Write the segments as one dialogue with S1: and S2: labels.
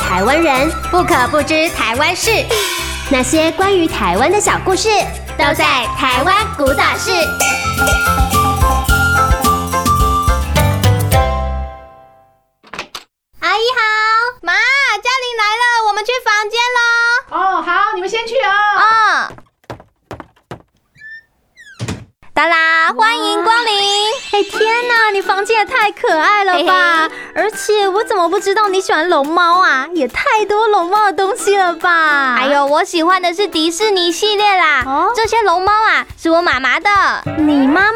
S1: 台湾人，不可不知台湾事。那些关于台湾的小故事，都在《台湾古岛市》。阿姨好，
S2: 妈，嘉玲来了，我们去房间喽。
S3: 哦，好，你们先去哦。
S2: 嗯，达啦，欢迎光临。哎天哪，你房间也太可爱了吧！而且我怎么不知道你喜欢龙猫啊？也太多龙猫的东西了吧！
S4: 哎呦，我喜欢的是迪士尼系列啦。
S2: 哦
S4: 这些龙猫啊，是我妈妈的。
S2: 你妈妈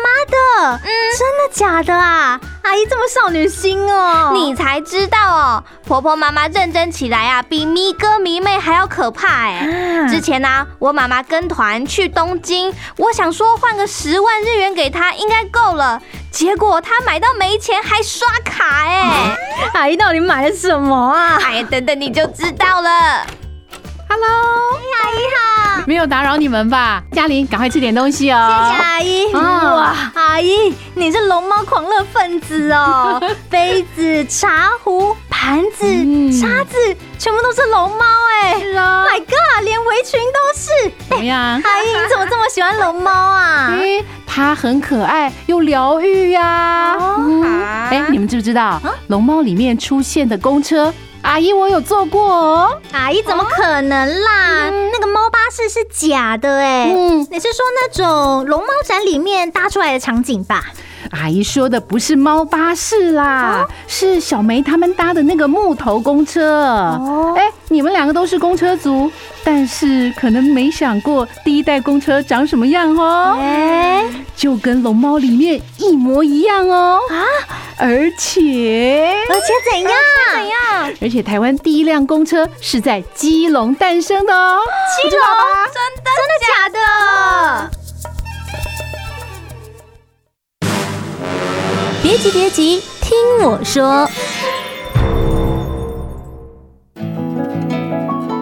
S2: 的，
S4: 嗯，
S2: 真的假的啊？阿姨这么少女心哦。
S4: 你才知道哦，婆婆妈妈认真起来啊，比咪哥迷妹还要可怕哎。
S2: 啊嗯
S4: 之前呢、我妈妈跟团去东京，我想说换个十万日元给她应该够了，结果她买到没钱还刷卡哎。
S2: 阿姨到底买了什么啊？
S4: 哎呀，等等你就知道了。
S3: Hello，
S2: 哎
S4: 阿姨好，
S3: 没有打扰你们吧？嘉玲，赶快吃点东西哦。
S4: 啊
S2: 阿姨，
S3: 哦
S2: 哇，阿姨，你是龙猫狂热分 子哦！杯子、茶壶、盘子、
S3: 嗯
S2: 叉子，全部都是龙猫哎
S4: 嗯
S3: 是啊，
S2: ！My God，连围裙都是。
S3: 怎么样？
S2: 阿姨，你怎么这么喜欢龙猫啊？
S3: 哎，它很可爱又疗愈呀。
S4: 啊
S3: 嗯哎，你们知不知道龙猫里面出现的公车？阿姨，我有坐过哦。
S2: 阿姨，怎么可能啦？那个猫巴士是假的哎。
S3: 嗯，
S2: 你是说那种龙猫展里面搭出来的场景吧？
S3: 阿姨说的不是猫巴士啦，是小梅他们搭的那个木头公车。
S2: 哦，
S3: 哎，你们两个都是公车族，但是可能没想过第一代公车长什么样哦，
S2: 哎，
S3: 就跟龙猫里面一模一样哦。
S2: 啊，
S3: 而且，
S2: 而且怎样？嗯怎样？
S3: 而且台湾第一辆公车是在基隆诞生的哦。
S2: 七楼，真的哦真的假的？别急别急，听我说。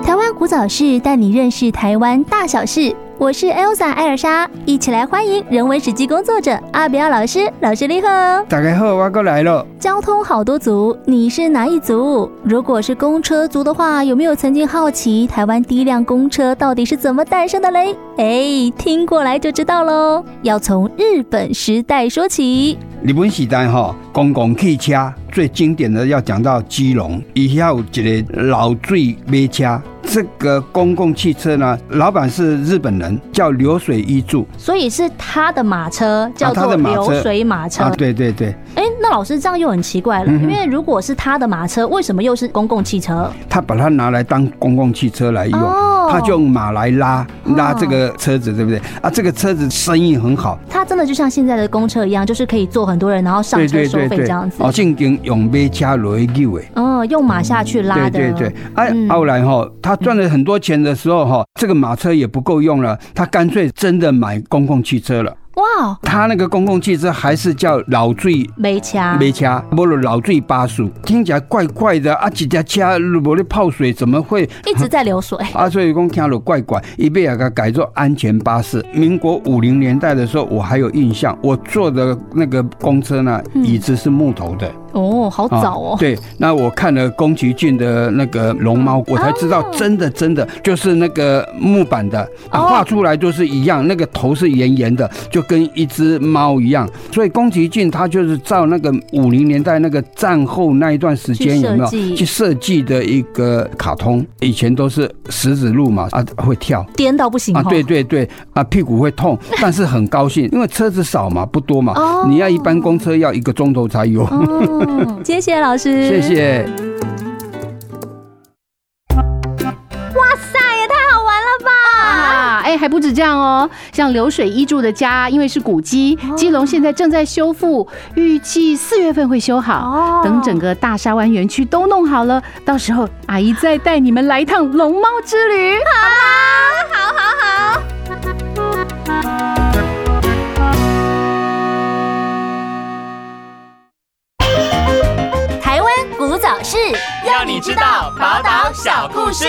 S2: 台湾古早市带你认识台湾大小事，我是 Elsa 艾尔莎，一起来欢迎人文史记工作者阿彪老师，老师你好。
S5: 大家好，我过来了。
S2: 交呃通好多族，你是哪一族？如果是公车族的话，有没有曾经好奇台湾第一辆公车到底是怎么诞生的嘞？哎，听过来就知道喽。要从日
S5: 嗯
S2: 本时代说起。
S5: 日本时代哈、公共汽车最经典的要讲到基隆，以下有一个老醉买车。这个公共汽车呢，老板是日本人，叫流水一柱
S2: 所以是他的马车叫
S5: 啊他
S2: 做
S5: 的马车
S2: 流水马车。
S5: 啊，对对对，
S2: 哎、那老师这样又很奇怪了，
S5: 嗯哼
S2: 因为如果是他的马车，为什么又是公共汽车？
S5: 他把它拿来当公共汽车来用，
S2: 哦
S5: 哎他就用马来拉拉
S2: 哦
S5: 这个车子，对不对？啊，这个车子生意很好，
S2: 它真的就像现在的公车一样，就是可以坐很多人，然后上
S5: 对
S2: 车
S5: 对
S2: 收
S5: 对
S2: 费
S5: 对
S2: 这样子。
S5: 哦，正经用买车来救的。
S2: 哦，用马下去拉的。
S5: 对对对，哎、
S2: 嗯
S5: 后来哈、他赚了很多钱的时候哈、这个马车也不够用了，他干脆真的买公共汽车了。
S2: 哇，
S5: 他那个公共汽车还是叫老醉
S2: 没掐。
S5: 没车，不如老醉巴士，听起来怪怪的啊！几台车如果咧泡水，怎么会？
S2: 一直在流水。
S5: 啊，所以讲听了怪怪，伊被啊个改做安全巴士。民国五零年代的时候，我还有印象，我坐的那个公车呢，
S2: 嗯
S5: 椅子是木头的，
S2: 哦，好
S5: 啊
S2: 早哦。
S5: 对，那我看了宫崎骏的那个龙猫，我才知道真的真的就是那个木板的，啊
S2: 哦
S5: 画出来就是一样，那个头是圆圆的，就跟一只猫一样。所以宫崎骏他就是照那个五零年代那个战后那一段时间
S2: 去
S5: 有没
S2: 设计
S5: 有去设计的一个卡通？以前都是石子路嘛，啊会跳。
S2: 颠到不行
S5: 啊，
S2: 哦
S5: 对对对，啊，屁股会 痛，但是很高兴，因为车子少嘛，不多嘛
S2: 哦，
S5: 你要一般公车要一个钟头才有。
S2: 哦，谢谢老师，
S5: 谢谢。
S2: 那也太好玩了吧！
S3: 啊，哎，还不止这样哦，像流水一住的家，因为是古迹，基隆现在正在修复，预计四月份会修好。
S2: 哦
S3: 等整个大沙湾园区都弄好了，到时候阿姨再带你们来一趟龙猫之旅。
S1: 台湾古早市，
S6: 让你知道宝岛小故事。